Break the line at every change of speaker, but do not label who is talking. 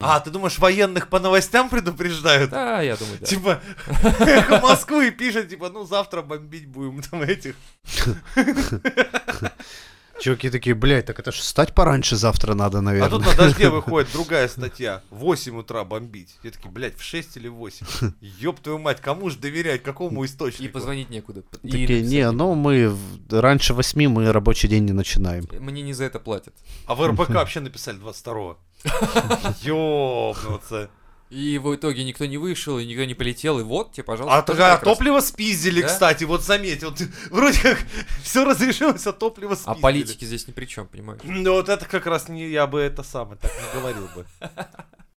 А, ты думаешь, военных по новостям предупреждают?
Да, я думаю, да.
Типа, эхо Москвы пишет, типа, ну завтра бомбить будем там этих.
Чуваки такие, блядь, так это ж встать пораньше завтра надо,
А
наверное.
тут на дожде выходит другая статья. 8 утра бомбить. Я такие, блядь, в 6 или 8. Ёб твою мать, кому же доверять, какому источнику?
И позвонить некуда. И
Такие,
написать
не,
некуда.
ну мы в- раньше восьми мы рабочий день не начинаем.
Мне не за это платят.
А в РБК вообще написали 22-го. Ёбнуться.
И в итоге никто не вышел, и никто не полетел, и вот тебе, пожалуйста.
А,
Ну, тоже
тогда
прекрасно.
топливо спиздили,
Да?
кстати, вот заметил. Ты- Вроде как все разрешилось, а топливо
А
спиздили.
политики здесь ни при чем, понимаешь?
Ну вот это как раз не я бы это самое так не говорил бы.